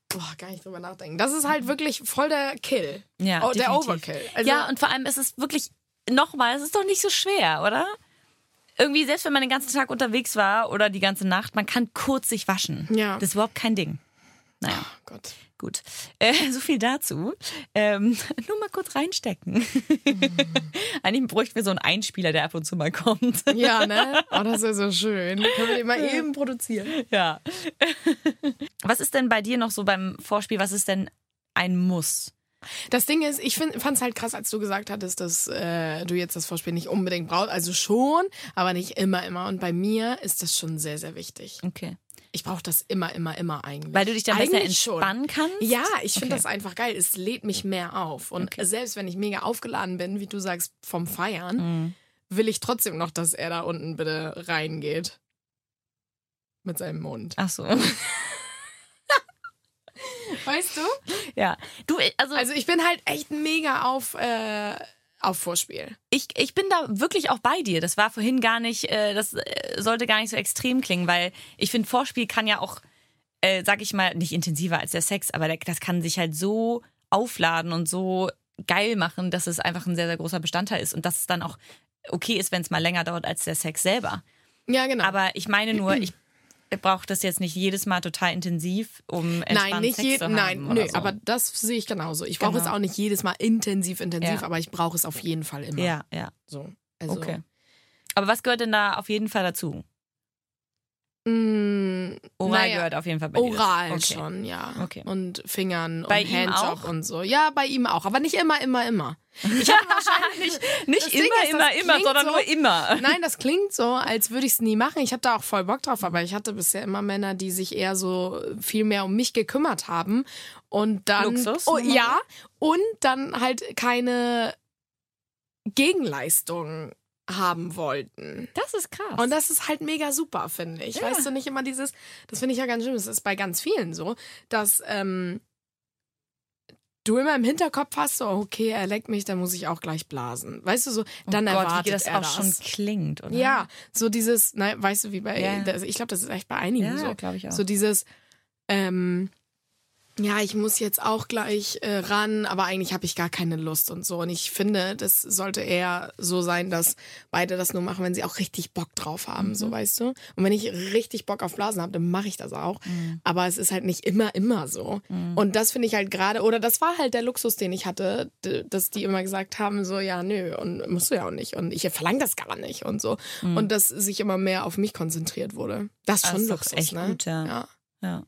[SPEAKER 2] Boah, gar nicht drüber nachdenken. Das ist halt wirklich voll der Kill.
[SPEAKER 3] Mhm. Ja,
[SPEAKER 2] oh, der
[SPEAKER 3] definitiv.
[SPEAKER 2] Overkill. Also,
[SPEAKER 3] ja, und vor allem ist es wirklich, nochmal, es ist doch nicht so schwer, oder? Irgendwie, selbst wenn man den ganzen Tag unterwegs war oder die ganze Nacht, man kann kurz sich waschen.
[SPEAKER 2] Ja.
[SPEAKER 3] Das ist überhaupt kein Ding. Naja,
[SPEAKER 2] oh Gott.
[SPEAKER 3] gut. Äh, so viel dazu. Ähm, nur mal kurz reinstecken.
[SPEAKER 2] Mhm.
[SPEAKER 3] Eigentlich bräuchten wir so einen Einspieler, der ab und zu mal kommt.
[SPEAKER 2] Ja, ne? Oh, das ist so schön. Können wir den mal eben produzieren.
[SPEAKER 3] Ja. Was ist denn bei dir noch so beim Vorspiel, was ist denn ein Muss?
[SPEAKER 2] Das Ding ist, ich fand es halt krass, als du gesagt hattest, dass äh, du jetzt das Vorspiel nicht unbedingt brauchst. Also schon, aber nicht immer, immer. Und bei mir ist das schon sehr, sehr wichtig.
[SPEAKER 3] Okay.
[SPEAKER 2] Ich brauche das immer, immer, immer eigentlich.
[SPEAKER 3] Weil du dich dann besser
[SPEAKER 2] Eigentlich schon.
[SPEAKER 3] entspannen kannst?
[SPEAKER 2] Ja, ich finde
[SPEAKER 3] Okay.
[SPEAKER 2] das einfach geil. Es lädt mich mehr auf. Und selbst wenn ich mega aufgeladen bin, wie du sagst, vom Feiern,
[SPEAKER 3] Mhm.
[SPEAKER 2] will ich trotzdem noch, dass er da unten bitte reingeht. Mit seinem Mund.
[SPEAKER 3] Ach so. Ah.
[SPEAKER 2] Weißt du?
[SPEAKER 3] Ja. Du, also,
[SPEAKER 2] Also ich bin halt echt mega auf, äh, auf Vorspiel.
[SPEAKER 3] ich, ich bin da wirklich auch bei dir. Das war vorhin gar nicht, äh, das äh, sollte gar nicht so extrem klingen, weil ich finde, Vorspiel kann ja auch, äh, sag ich mal, nicht intensiver als der Sex, aber der, das kann sich halt so aufladen und so geil machen, dass es einfach ein sehr, sehr großer Bestandteil ist und dass es dann auch okay ist, wenn es mal länger dauert als der Sex selber.
[SPEAKER 2] Ja, genau.
[SPEAKER 3] Aber ich meine nur, ich brauche das jetzt nicht jedes Mal total intensiv, um entspannt
[SPEAKER 2] nein, nicht
[SPEAKER 3] Sex zu
[SPEAKER 2] jeden.
[SPEAKER 3] haben
[SPEAKER 2] Nein,
[SPEAKER 3] oder
[SPEAKER 2] nö,
[SPEAKER 3] so.
[SPEAKER 2] aber das sehe ich genauso. Ich brauche
[SPEAKER 3] Genau.
[SPEAKER 2] es auch nicht jedes Mal intensiv, intensiv,
[SPEAKER 3] Ja.
[SPEAKER 2] aber ich brauche es auf jeden Fall immer.
[SPEAKER 3] ja, ja,
[SPEAKER 2] So. Also,
[SPEAKER 3] okay. Aber was gehört denn da auf jeden Fall dazu?
[SPEAKER 2] Mm,
[SPEAKER 3] Oral
[SPEAKER 2] naja,
[SPEAKER 3] gehört auf jeden Fall bei dir.
[SPEAKER 2] Oral
[SPEAKER 3] okay.
[SPEAKER 2] schon, ja.
[SPEAKER 3] Okay.
[SPEAKER 2] Und Fingern
[SPEAKER 3] Bei
[SPEAKER 2] und
[SPEAKER 3] ihm
[SPEAKER 2] Handjob
[SPEAKER 3] auch?
[SPEAKER 2] und so. Ja, bei ihm auch. Aber nicht immer, immer, immer. Ich habe wahrscheinlich.
[SPEAKER 3] Nicht
[SPEAKER 2] Das Ding
[SPEAKER 3] immer,
[SPEAKER 2] ist, das
[SPEAKER 3] immer, immer,
[SPEAKER 2] klingt
[SPEAKER 3] sondern
[SPEAKER 2] so-
[SPEAKER 3] nur immer.
[SPEAKER 2] Nein, das klingt so, als würde ich es nie machen. Ich habe da auch voll Bock drauf, aber ich hatte bisher immer Männer, die sich eher so viel mehr um mich gekümmert haben. Und dann.
[SPEAKER 3] Luxus, ne?
[SPEAKER 2] Oh,
[SPEAKER 3] nochmal.
[SPEAKER 2] ja. Und dann halt keine Gegenleistung haben wollten.
[SPEAKER 3] Das ist krass.
[SPEAKER 2] Und das ist halt mega super, finde ich. Weißt du, nicht immer dieses, das finde ich ja ganz schlimm, das ist bei ganz vielen so, dass ähm, du immer im Hinterkopf hast, so, okay, er leckt mich, dann muss ich auch gleich blasen. Weißt du, so, dann
[SPEAKER 3] oh Gott,
[SPEAKER 2] erwartet
[SPEAKER 3] wie das
[SPEAKER 2] er
[SPEAKER 3] auch
[SPEAKER 2] das.
[SPEAKER 3] schon klingt, oder?
[SPEAKER 2] ja, so dieses, na, weißt du, wie bei,
[SPEAKER 3] Ja.
[SPEAKER 2] das, ich glaube, das ist echt bei einigen
[SPEAKER 3] ja
[SPEAKER 2] so.
[SPEAKER 3] glaube ich auch.
[SPEAKER 2] So dieses, ähm, ja, ich muss jetzt auch gleich äh, ran, aber eigentlich habe ich gar keine Lust und so. Und ich finde, das sollte eher so sein, dass beide das nur machen, wenn sie auch richtig Bock drauf haben,
[SPEAKER 3] Mhm.
[SPEAKER 2] so weißt du. Und wenn ich richtig Bock auf Blasen habe, dann mache ich das auch.
[SPEAKER 3] Mhm.
[SPEAKER 2] Aber es ist halt nicht immer, immer so. Und das finde ich halt gerade, oder das war halt der Luxus, den ich hatte, d- dass die immer gesagt haben, so, ja, nö, und musst du ja auch nicht. Und ich verlange das gar nicht und so.
[SPEAKER 3] Mhm.
[SPEAKER 2] Und dass sich immer mehr auf mich konzentriert wurde. Das ist
[SPEAKER 3] Das
[SPEAKER 2] schon
[SPEAKER 3] ist doch
[SPEAKER 2] Luxus,
[SPEAKER 3] Also, echt
[SPEAKER 2] ne?
[SPEAKER 3] gut, ja.
[SPEAKER 2] ja.
[SPEAKER 3] ja.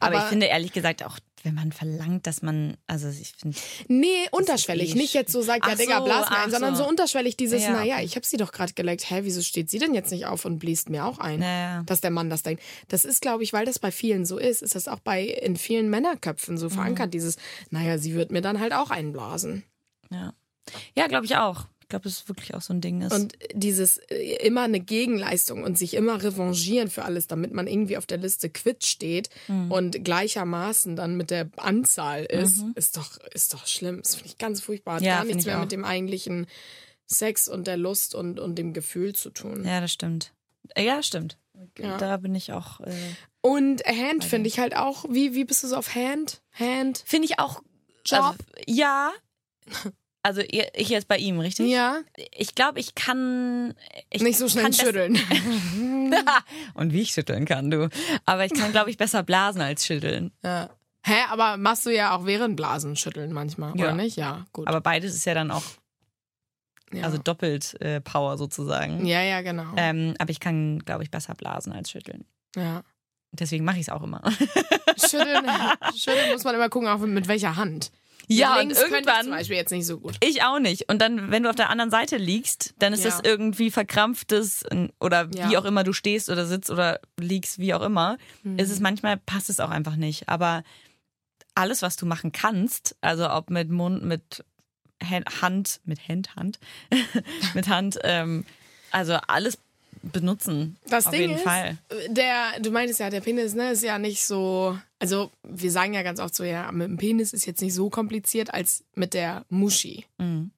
[SPEAKER 3] aber, ich
[SPEAKER 2] aber-
[SPEAKER 3] finde ehrlich gesagt auch, wenn man verlangt, dass man, also ich finde,
[SPEAKER 2] Nee, unterschwellig.
[SPEAKER 3] eh
[SPEAKER 2] nicht jetzt so sagt, ja,
[SPEAKER 3] Ach
[SPEAKER 2] Digga,
[SPEAKER 3] so,
[SPEAKER 2] blas mir
[SPEAKER 3] ach
[SPEAKER 2] ein, sondern
[SPEAKER 3] so.
[SPEAKER 2] so, unterschwellig dieses,
[SPEAKER 3] Ja.
[SPEAKER 2] naja, ich hab sie doch gerade geleckt. Hä, wieso steht sie denn jetzt nicht auf und bläst mir auch ein?
[SPEAKER 3] naja.
[SPEAKER 2] Dass der Mann das denkt. Das ist, glaube ich, weil das bei vielen so ist, ist das auch bei in vielen Männerköpfen so
[SPEAKER 3] Mhm.
[SPEAKER 2] verankert, dieses, naja, sie wird mir dann halt auch einblasen.
[SPEAKER 3] Ja, ja glaube ich auch. Ich glaube, das ist wirklich auch so ein Ding ist.
[SPEAKER 2] Und dieses äh, immer eine Gegenleistung und sich immer revanchieren für alles, damit man irgendwie auf der Liste quitt steht
[SPEAKER 3] Mhm.
[SPEAKER 2] und gleichermaßen dann mit der Anzahl ist, ist doch, ist doch schlimm. Das finde ich ganz furchtbar. Hat
[SPEAKER 3] Ja,
[SPEAKER 2] gar
[SPEAKER 3] find
[SPEAKER 2] nichts
[SPEAKER 3] ich
[SPEAKER 2] mehr
[SPEAKER 3] auch.
[SPEAKER 2] mit dem eigentlichen Sex und der Lust und, und dem Gefühl zu tun.
[SPEAKER 3] ja, das stimmt. Äh, Ja, stimmt.
[SPEAKER 2] Ja.
[SPEAKER 3] Da bin ich auch. Äh,
[SPEAKER 2] Und Hand finde ich halt auch, wie, wie bist du so auf Hand? Hand?
[SPEAKER 3] Finde ich auch.
[SPEAKER 2] Job?
[SPEAKER 3] Also, ja. Also ihr- ich jetzt bei ihm, richtig?
[SPEAKER 2] Ja.
[SPEAKER 3] Ich glaube, ich kann. Ich
[SPEAKER 2] Nicht so schnell
[SPEAKER 3] kann besser-
[SPEAKER 2] schütteln.
[SPEAKER 3] Und wie ich schütteln kann, du. Aber ich kann, glaube ich, besser blasen als schütteln.
[SPEAKER 2] Ja. Hä, aber machst du ja auch während Blasen schütteln manchmal,
[SPEAKER 3] Ja.
[SPEAKER 2] oder nicht? Ja, gut.
[SPEAKER 3] Aber beides ist ja dann auch,
[SPEAKER 2] ja.
[SPEAKER 3] also doppelt äh, Power sozusagen.
[SPEAKER 2] ja, ja, genau.
[SPEAKER 3] Ähm, aber ich kann, glaube ich, besser blasen als schütteln.
[SPEAKER 2] Ja.
[SPEAKER 3] Deswegen mache ich es auch immer.
[SPEAKER 2] Schütteln, schütteln muss man immer gucken, auch mit welcher Hand.
[SPEAKER 3] Ja,
[SPEAKER 2] mit
[SPEAKER 3] und
[SPEAKER 2] links könnte ich
[SPEAKER 3] irgendwann-
[SPEAKER 2] zum Beispiel jetzt nicht so gut.
[SPEAKER 3] Ich auch nicht. Und dann, wenn du auf der anderen Seite liegst, dann ist
[SPEAKER 2] Ja.
[SPEAKER 3] das irgendwie verkrampftes n- oder
[SPEAKER 2] Ja.
[SPEAKER 3] wie auch immer du stehst oder sitzt oder liegst, wie auch immer.
[SPEAKER 2] Hm.
[SPEAKER 3] Ist es manchmal passt es auch einfach nicht. Aber alles, was du machen kannst, also ob mit Mund, mit Hän- Hand, mit Hand, Hand, mit Hand, ähm, also alles benutzen.
[SPEAKER 2] Das
[SPEAKER 3] auf
[SPEAKER 2] Ding
[SPEAKER 3] jeden
[SPEAKER 2] ist,
[SPEAKER 3] Fall.
[SPEAKER 2] der, du meintest ja, der Penis ne, ist ja nicht so. Also, wir sagen ja ganz oft so, ja, mit dem Penis ist jetzt nicht so kompliziert als mit der Muschi.
[SPEAKER 3] Also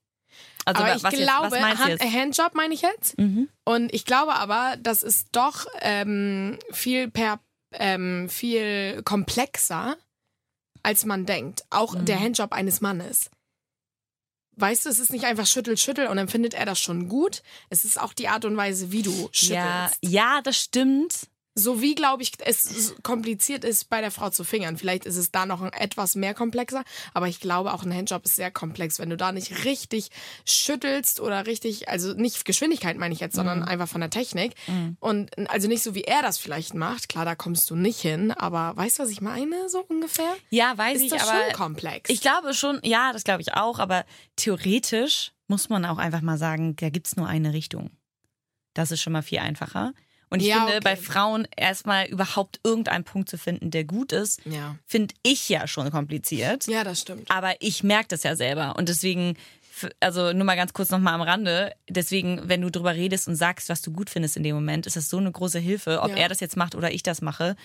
[SPEAKER 2] aber
[SPEAKER 3] wa-
[SPEAKER 2] ich
[SPEAKER 3] was
[SPEAKER 2] glaube,
[SPEAKER 3] jetzt, was meinst du
[SPEAKER 2] Hand,
[SPEAKER 3] jetzt? Mhm.
[SPEAKER 2] Handjob meine ich jetzt. Und ich glaube aber, das ist doch ähm, viel per ähm, viel komplexer, als man denkt. Auch der Handjob eines Mannes. Weißt du, es ist nicht einfach schüttel, schüttel und dann findet er das schon gut. Es ist auch die Art und Weise, wie du schüttelst.
[SPEAKER 3] Ja, ja, das stimmt.
[SPEAKER 2] So wie, glaube ich, es kompliziert ist, bei der Frau zu fingern. Vielleicht ist es da noch ein- etwas mehr komplexer, aber ich glaube, auch ein Handjob ist sehr komplex. Wenn du da nicht richtig schüttelst oder richtig, also nicht Geschwindigkeit meine ich jetzt, sondern
[SPEAKER 3] Mhm.
[SPEAKER 2] einfach von der Technik. Und also nicht so, wie er das vielleicht macht. Klar, da kommst du nicht hin, aber weißt du, was ich meine, so ungefähr?
[SPEAKER 3] Ja, weiß
[SPEAKER 2] Ist
[SPEAKER 3] ich,
[SPEAKER 2] das
[SPEAKER 3] aber
[SPEAKER 2] schon komplex?
[SPEAKER 3] Ich glaube schon, ja, das glaube ich auch, aber theoretisch muss man auch einfach mal sagen, da gibt es nur eine Richtung. Das ist schon mal viel einfacher. Und ich
[SPEAKER 2] Ja,
[SPEAKER 3] finde,
[SPEAKER 2] okay.
[SPEAKER 3] bei Frauen erstmal überhaupt irgendeinen Punkt zu finden, der gut ist,
[SPEAKER 2] ja.
[SPEAKER 3] finde ich ja schon kompliziert.
[SPEAKER 2] Ja, das stimmt.
[SPEAKER 3] Aber ich merke das ja selber. Und deswegen, f- also nur mal ganz kurz nochmal am Rande, deswegen, wenn du drüber redest und sagst, was du gut findest in dem Moment, ist das so eine große Hilfe, ob
[SPEAKER 2] Ja.
[SPEAKER 3] er das jetzt macht oder ich das mache.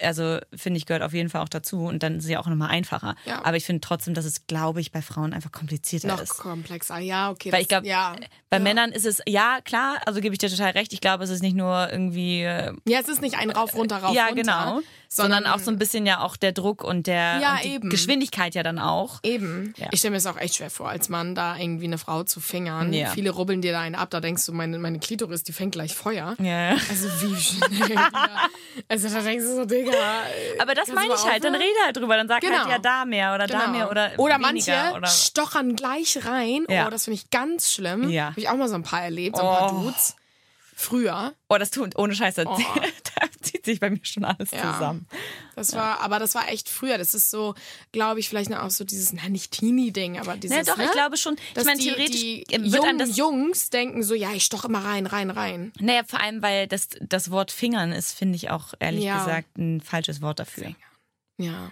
[SPEAKER 3] Also finde ich, gehört auf jeden Fall auch dazu und dann ist es ja auch nochmal einfacher.
[SPEAKER 2] Ja.
[SPEAKER 3] Aber ich finde trotzdem, dass es, glaube ich, bei Frauen einfach komplizierter
[SPEAKER 2] Noch
[SPEAKER 3] ist.
[SPEAKER 2] komplexer. Ja, okay.
[SPEAKER 3] Weil
[SPEAKER 2] das-
[SPEAKER 3] ich glaube,
[SPEAKER 2] ja.
[SPEAKER 3] bei
[SPEAKER 2] ja.
[SPEAKER 3] Männern ist es, ja, klar, also gebe ich dir total recht. Ich glaube, es ist nicht nur irgendwie, äh,
[SPEAKER 2] Ja, es ist nicht ein rauf, runter, rauf,
[SPEAKER 3] ja,
[SPEAKER 2] runter.
[SPEAKER 3] genau, sondern, auch so ein bisschen ja auch der Druck und der
[SPEAKER 2] Ja,
[SPEAKER 3] und die
[SPEAKER 2] eben.
[SPEAKER 3] Geschwindigkeit ja dann auch.
[SPEAKER 2] Eben.
[SPEAKER 3] Ja.
[SPEAKER 2] Ich stelle mir das auch echt schwer vor, als Mann da irgendwie eine Frau zu fingern.
[SPEAKER 3] Ja.
[SPEAKER 2] Viele rubbeln dir da einen ab, da denkst du, meine, meine Klitoris, die fängt gleich Feuer.
[SPEAKER 3] Ja.
[SPEAKER 2] Also wie schnell. die da- also da denkst du so, Digga. äh,
[SPEAKER 3] Aber das
[SPEAKER 2] kannst du
[SPEAKER 3] meine
[SPEAKER 2] mal
[SPEAKER 3] ich halt, dann
[SPEAKER 2] aufhören?
[SPEAKER 3] rede halt drüber, dann sag
[SPEAKER 2] Genau.
[SPEAKER 3] halt ja da mehr oder da
[SPEAKER 2] Genau.
[SPEAKER 3] mehr oder
[SPEAKER 2] oder
[SPEAKER 3] weniger
[SPEAKER 2] manche
[SPEAKER 3] oder
[SPEAKER 2] stochern gleich rein.
[SPEAKER 3] Ja.
[SPEAKER 2] Oh, das finde ich ganz schlimm.
[SPEAKER 3] Ja.
[SPEAKER 2] Habe ich auch mal so ein paar erlebt, so ein paar
[SPEAKER 3] Oh.
[SPEAKER 2] Dudes. Früher.
[SPEAKER 3] oh, das tut ohne Scheiß, da,
[SPEAKER 2] Oh.
[SPEAKER 3] da zieht sich bei mir schon alles
[SPEAKER 2] Ja.
[SPEAKER 3] zusammen.
[SPEAKER 2] Das war, aber das war echt früher. Das ist so, glaube ich, vielleicht auch so dieses, na nicht Teenie-Ding, aber dieses.
[SPEAKER 3] Na doch,
[SPEAKER 2] ne?
[SPEAKER 3] ich glaube schon.
[SPEAKER 2] Dass
[SPEAKER 3] ich meine,
[SPEAKER 2] die,
[SPEAKER 3] theoretisch
[SPEAKER 2] die
[SPEAKER 3] äh, wird
[SPEAKER 2] jungen
[SPEAKER 3] einem das.
[SPEAKER 2] Jungs denken so, ja, ich stoch immer rein, rein, rein.
[SPEAKER 3] Naja, vor allem, weil das, das Wort Fingern ist, finde ich auch ehrlich
[SPEAKER 2] Ja.
[SPEAKER 3] gesagt ein falsches Wort dafür.
[SPEAKER 2] Ja.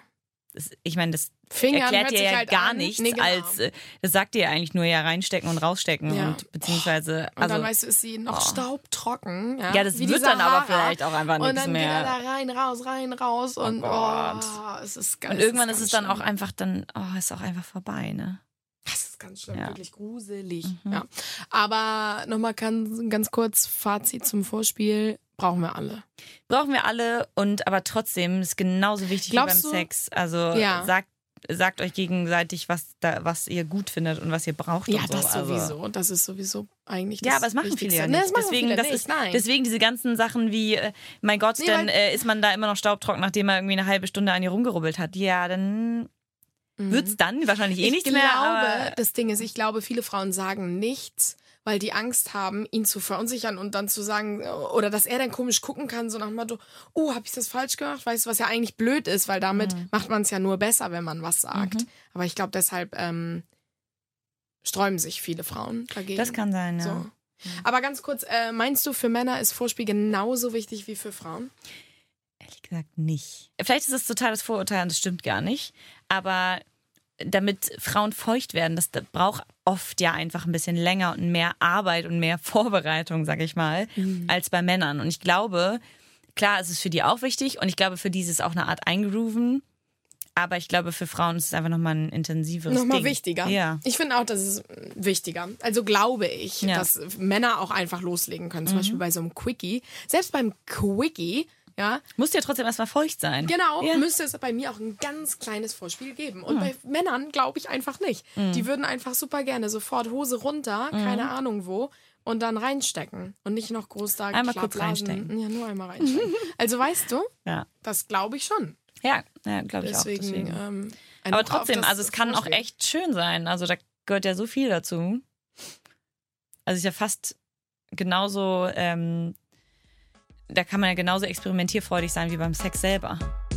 [SPEAKER 3] Das, ich meine, das
[SPEAKER 2] Fingern hört
[SPEAKER 3] erklärt dir
[SPEAKER 2] sich
[SPEAKER 3] ja
[SPEAKER 2] halt
[SPEAKER 3] gar
[SPEAKER 2] an.
[SPEAKER 3] nichts,
[SPEAKER 2] Nee, genau.
[SPEAKER 3] als äh, das sagt dir ja eigentlich nur ja reinstecken und rausstecken
[SPEAKER 2] Ja. Oh.
[SPEAKER 3] und beziehungsweise
[SPEAKER 2] Und
[SPEAKER 3] also
[SPEAKER 2] dann weißt du, ist sie noch staubtrocken. Ja,
[SPEAKER 3] Ja, das
[SPEAKER 2] Wie die
[SPEAKER 3] wird dann
[SPEAKER 2] Sahara.
[SPEAKER 3] aber vielleicht auch einfach
[SPEAKER 2] Und
[SPEAKER 3] nichts
[SPEAKER 2] dann
[SPEAKER 3] mehr.
[SPEAKER 2] geht er da rein, raus, rein, raus. und
[SPEAKER 3] Gott.
[SPEAKER 2] oh, es ist ganz
[SPEAKER 3] und irgendwann ist
[SPEAKER 2] ganz
[SPEAKER 3] es dann auch
[SPEAKER 2] schlimm.
[SPEAKER 3] einfach dann oh, ist auch einfach vorbei, ne?
[SPEAKER 2] Das ist ganz schlimm,
[SPEAKER 3] Ja. Mhm.
[SPEAKER 2] wirklich gruselig. Ja. Aber nochmal ganz, ganz kurz Fazit zum Vorspiel. Brauchen wir alle.
[SPEAKER 3] Brauchen wir alle und aber trotzdem ist genauso wichtig
[SPEAKER 2] Glaubst
[SPEAKER 3] wie
[SPEAKER 2] du-
[SPEAKER 3] beim Sex. Also
[SPEAKER 2] Ja.
[SPEAKER 3] sagt, sagt euch gegenseitig, was, da, was ihr gut findet und was ihr braucht.
[SPEAKER 2] Ja,
[SPEAKER 3] und so.
[SPEAKER 2] das
[SPEAKER 3] Also-
[SPEAKER 2] sowieso. Das ist sowieso eigentlich das
[SPEAKER 3] Ja, aber das machen viele
[SPEAKER 2] Wichtigste.
[SPEAKER 3] ja
[SPEAKER 2] Nee,
[SPEAKER 3] nicht.
[SPEAKER 2] das machen
[SPEAKER 3] deswegen,
[SPEAKER 2] viele
[SPEAKER 3] das
[SPEAKER 2] nicht.
[SPEAKER 3] ist,
[SPEAKER 2] Nein.
[SPEAKER 3] deswegen diese ganzen Sachen wie, äh, mein Gott,
[SPEAKER 2] Nee,
[SPEAKER 3] dann
[SPEAKER 2] weil-
[SPEAKER 3] äh, ist man da immer noch staubtrocken, nachdem man irgendwie eine halbe Stunde an ihr rumgerubbelt hat. Ja, dann wird's dann wahrscheinlich eh
[SPEAKER 2] Mhm. ich
[SPEAKER 3] nichts
[SPEAKER 2] glaube,
[SPEAKER 3] mehr. Aber
[SPEAKER 2] das Ding ist, ich glaube, viele Frauen sagen nichts, weil die Angst haben, ihn zu verunsichern und dann zu sagen, oder dass er dann komisch gucken kann, so nach dem Motto, oh, habe ich das falsch gemacht? Weißt du, was ja eigentlich blöd ist, weil damit
[SPEAKER 3] Mhm.
[SPEAKER 2] macht man es ja nur besser, wenn man was sagt. Aber ich glaube, deshalb ähm, sträuben sich viele Frauen dagegen.
[SPEAKER 3] das kann sein, ja. Mhm.
[SPEAKER 2] so. Aber ganz kurz, äh, meinst du, für Männer ist Vorspiel genauso wichtig wie für Frauen?
[SPEAKER 3] Ehrlich gesagt nicht. Vielleicht ist es totales Vorurteil und das stimmt gar nicht. Aber damit Frauen feucht werden, das, das braucht oft ja einfach ein bisschen länger und mehr Arbeit und mehr Vorbereitung, sag ich mal,
[SPEAKER 2] Mhm.
[SPEAKER 3] als bei Männern. Und ich glaube, klar, es ist für die auch wichtig und ich glaube, für die ist es auch eine Art Eingrooven. Aber ich glaube, für Frauen ist es einfach nochmal ein intensiveres
[SPEAKER 2] Nochmal
[SPEAKER 3] Ding.
[SPEAKER 2] wichtiger.
[SPEAKER 3] Ja.
[SPEAKER 2] Ich finde auch, das ist wichtiger. Also glaube ich,
[SPEAKER 3] Ja. Mhm.
[SPEAKER 2] dass Männer auch einfach loslegen können. Zum Beispiel bei so einem Quickie. Selbst beim Quickie, ja,
[SPEAKER 3] Muss ja trotzdem erstmal feucht sein.
[SPEAKER 2] genau,
[SPEAKER 3] Ja. Mhm.
[SPEAKER 2] müsste es bei mir auch ein ganz kleines Vorspiel geben. Und bei Männern glaube ich einfach nicht. Die würden einfach super gerne sofort Hose runter,
[SPEAKER 3] Mhm.
[SPEAKER 2] keine Ahnung wo. Und dann reinstecken und nicht noch groß da
[SPEAKER 3] Einmal kurz
[SPEAKER 2] Klappblasen.
[SPEAKER 3] reinstecken.
[SPEAKER 2] Ja, nur einmal reinstecken. also weißt du,
[SPEAKER 3] Ja,
[SPEAKER 2] das glaube ich schon.
[SPEAKER 3] ja, ja glaube ich
[SPEAKER 2] Deswegen.
[SPEAKER 3] auch. Deswegen.
[SPEAKER 2] Ähm, einfach
[SPEAKER 3] Aber
[SPEAKER 2] auf
[SPEAKER 3] trotzdem,
[SPEAKER 2] das
[SPEAKER 3] also es kann auch
[SPEAKER 2] Vorspiel.
[SPEAKER 3] echt schön sein. Also da gehört ja so viel dazu. Also ist ja fast genauso, ähm, da kann man ja genauso experimentierfreudig sein wie beim Sex selber.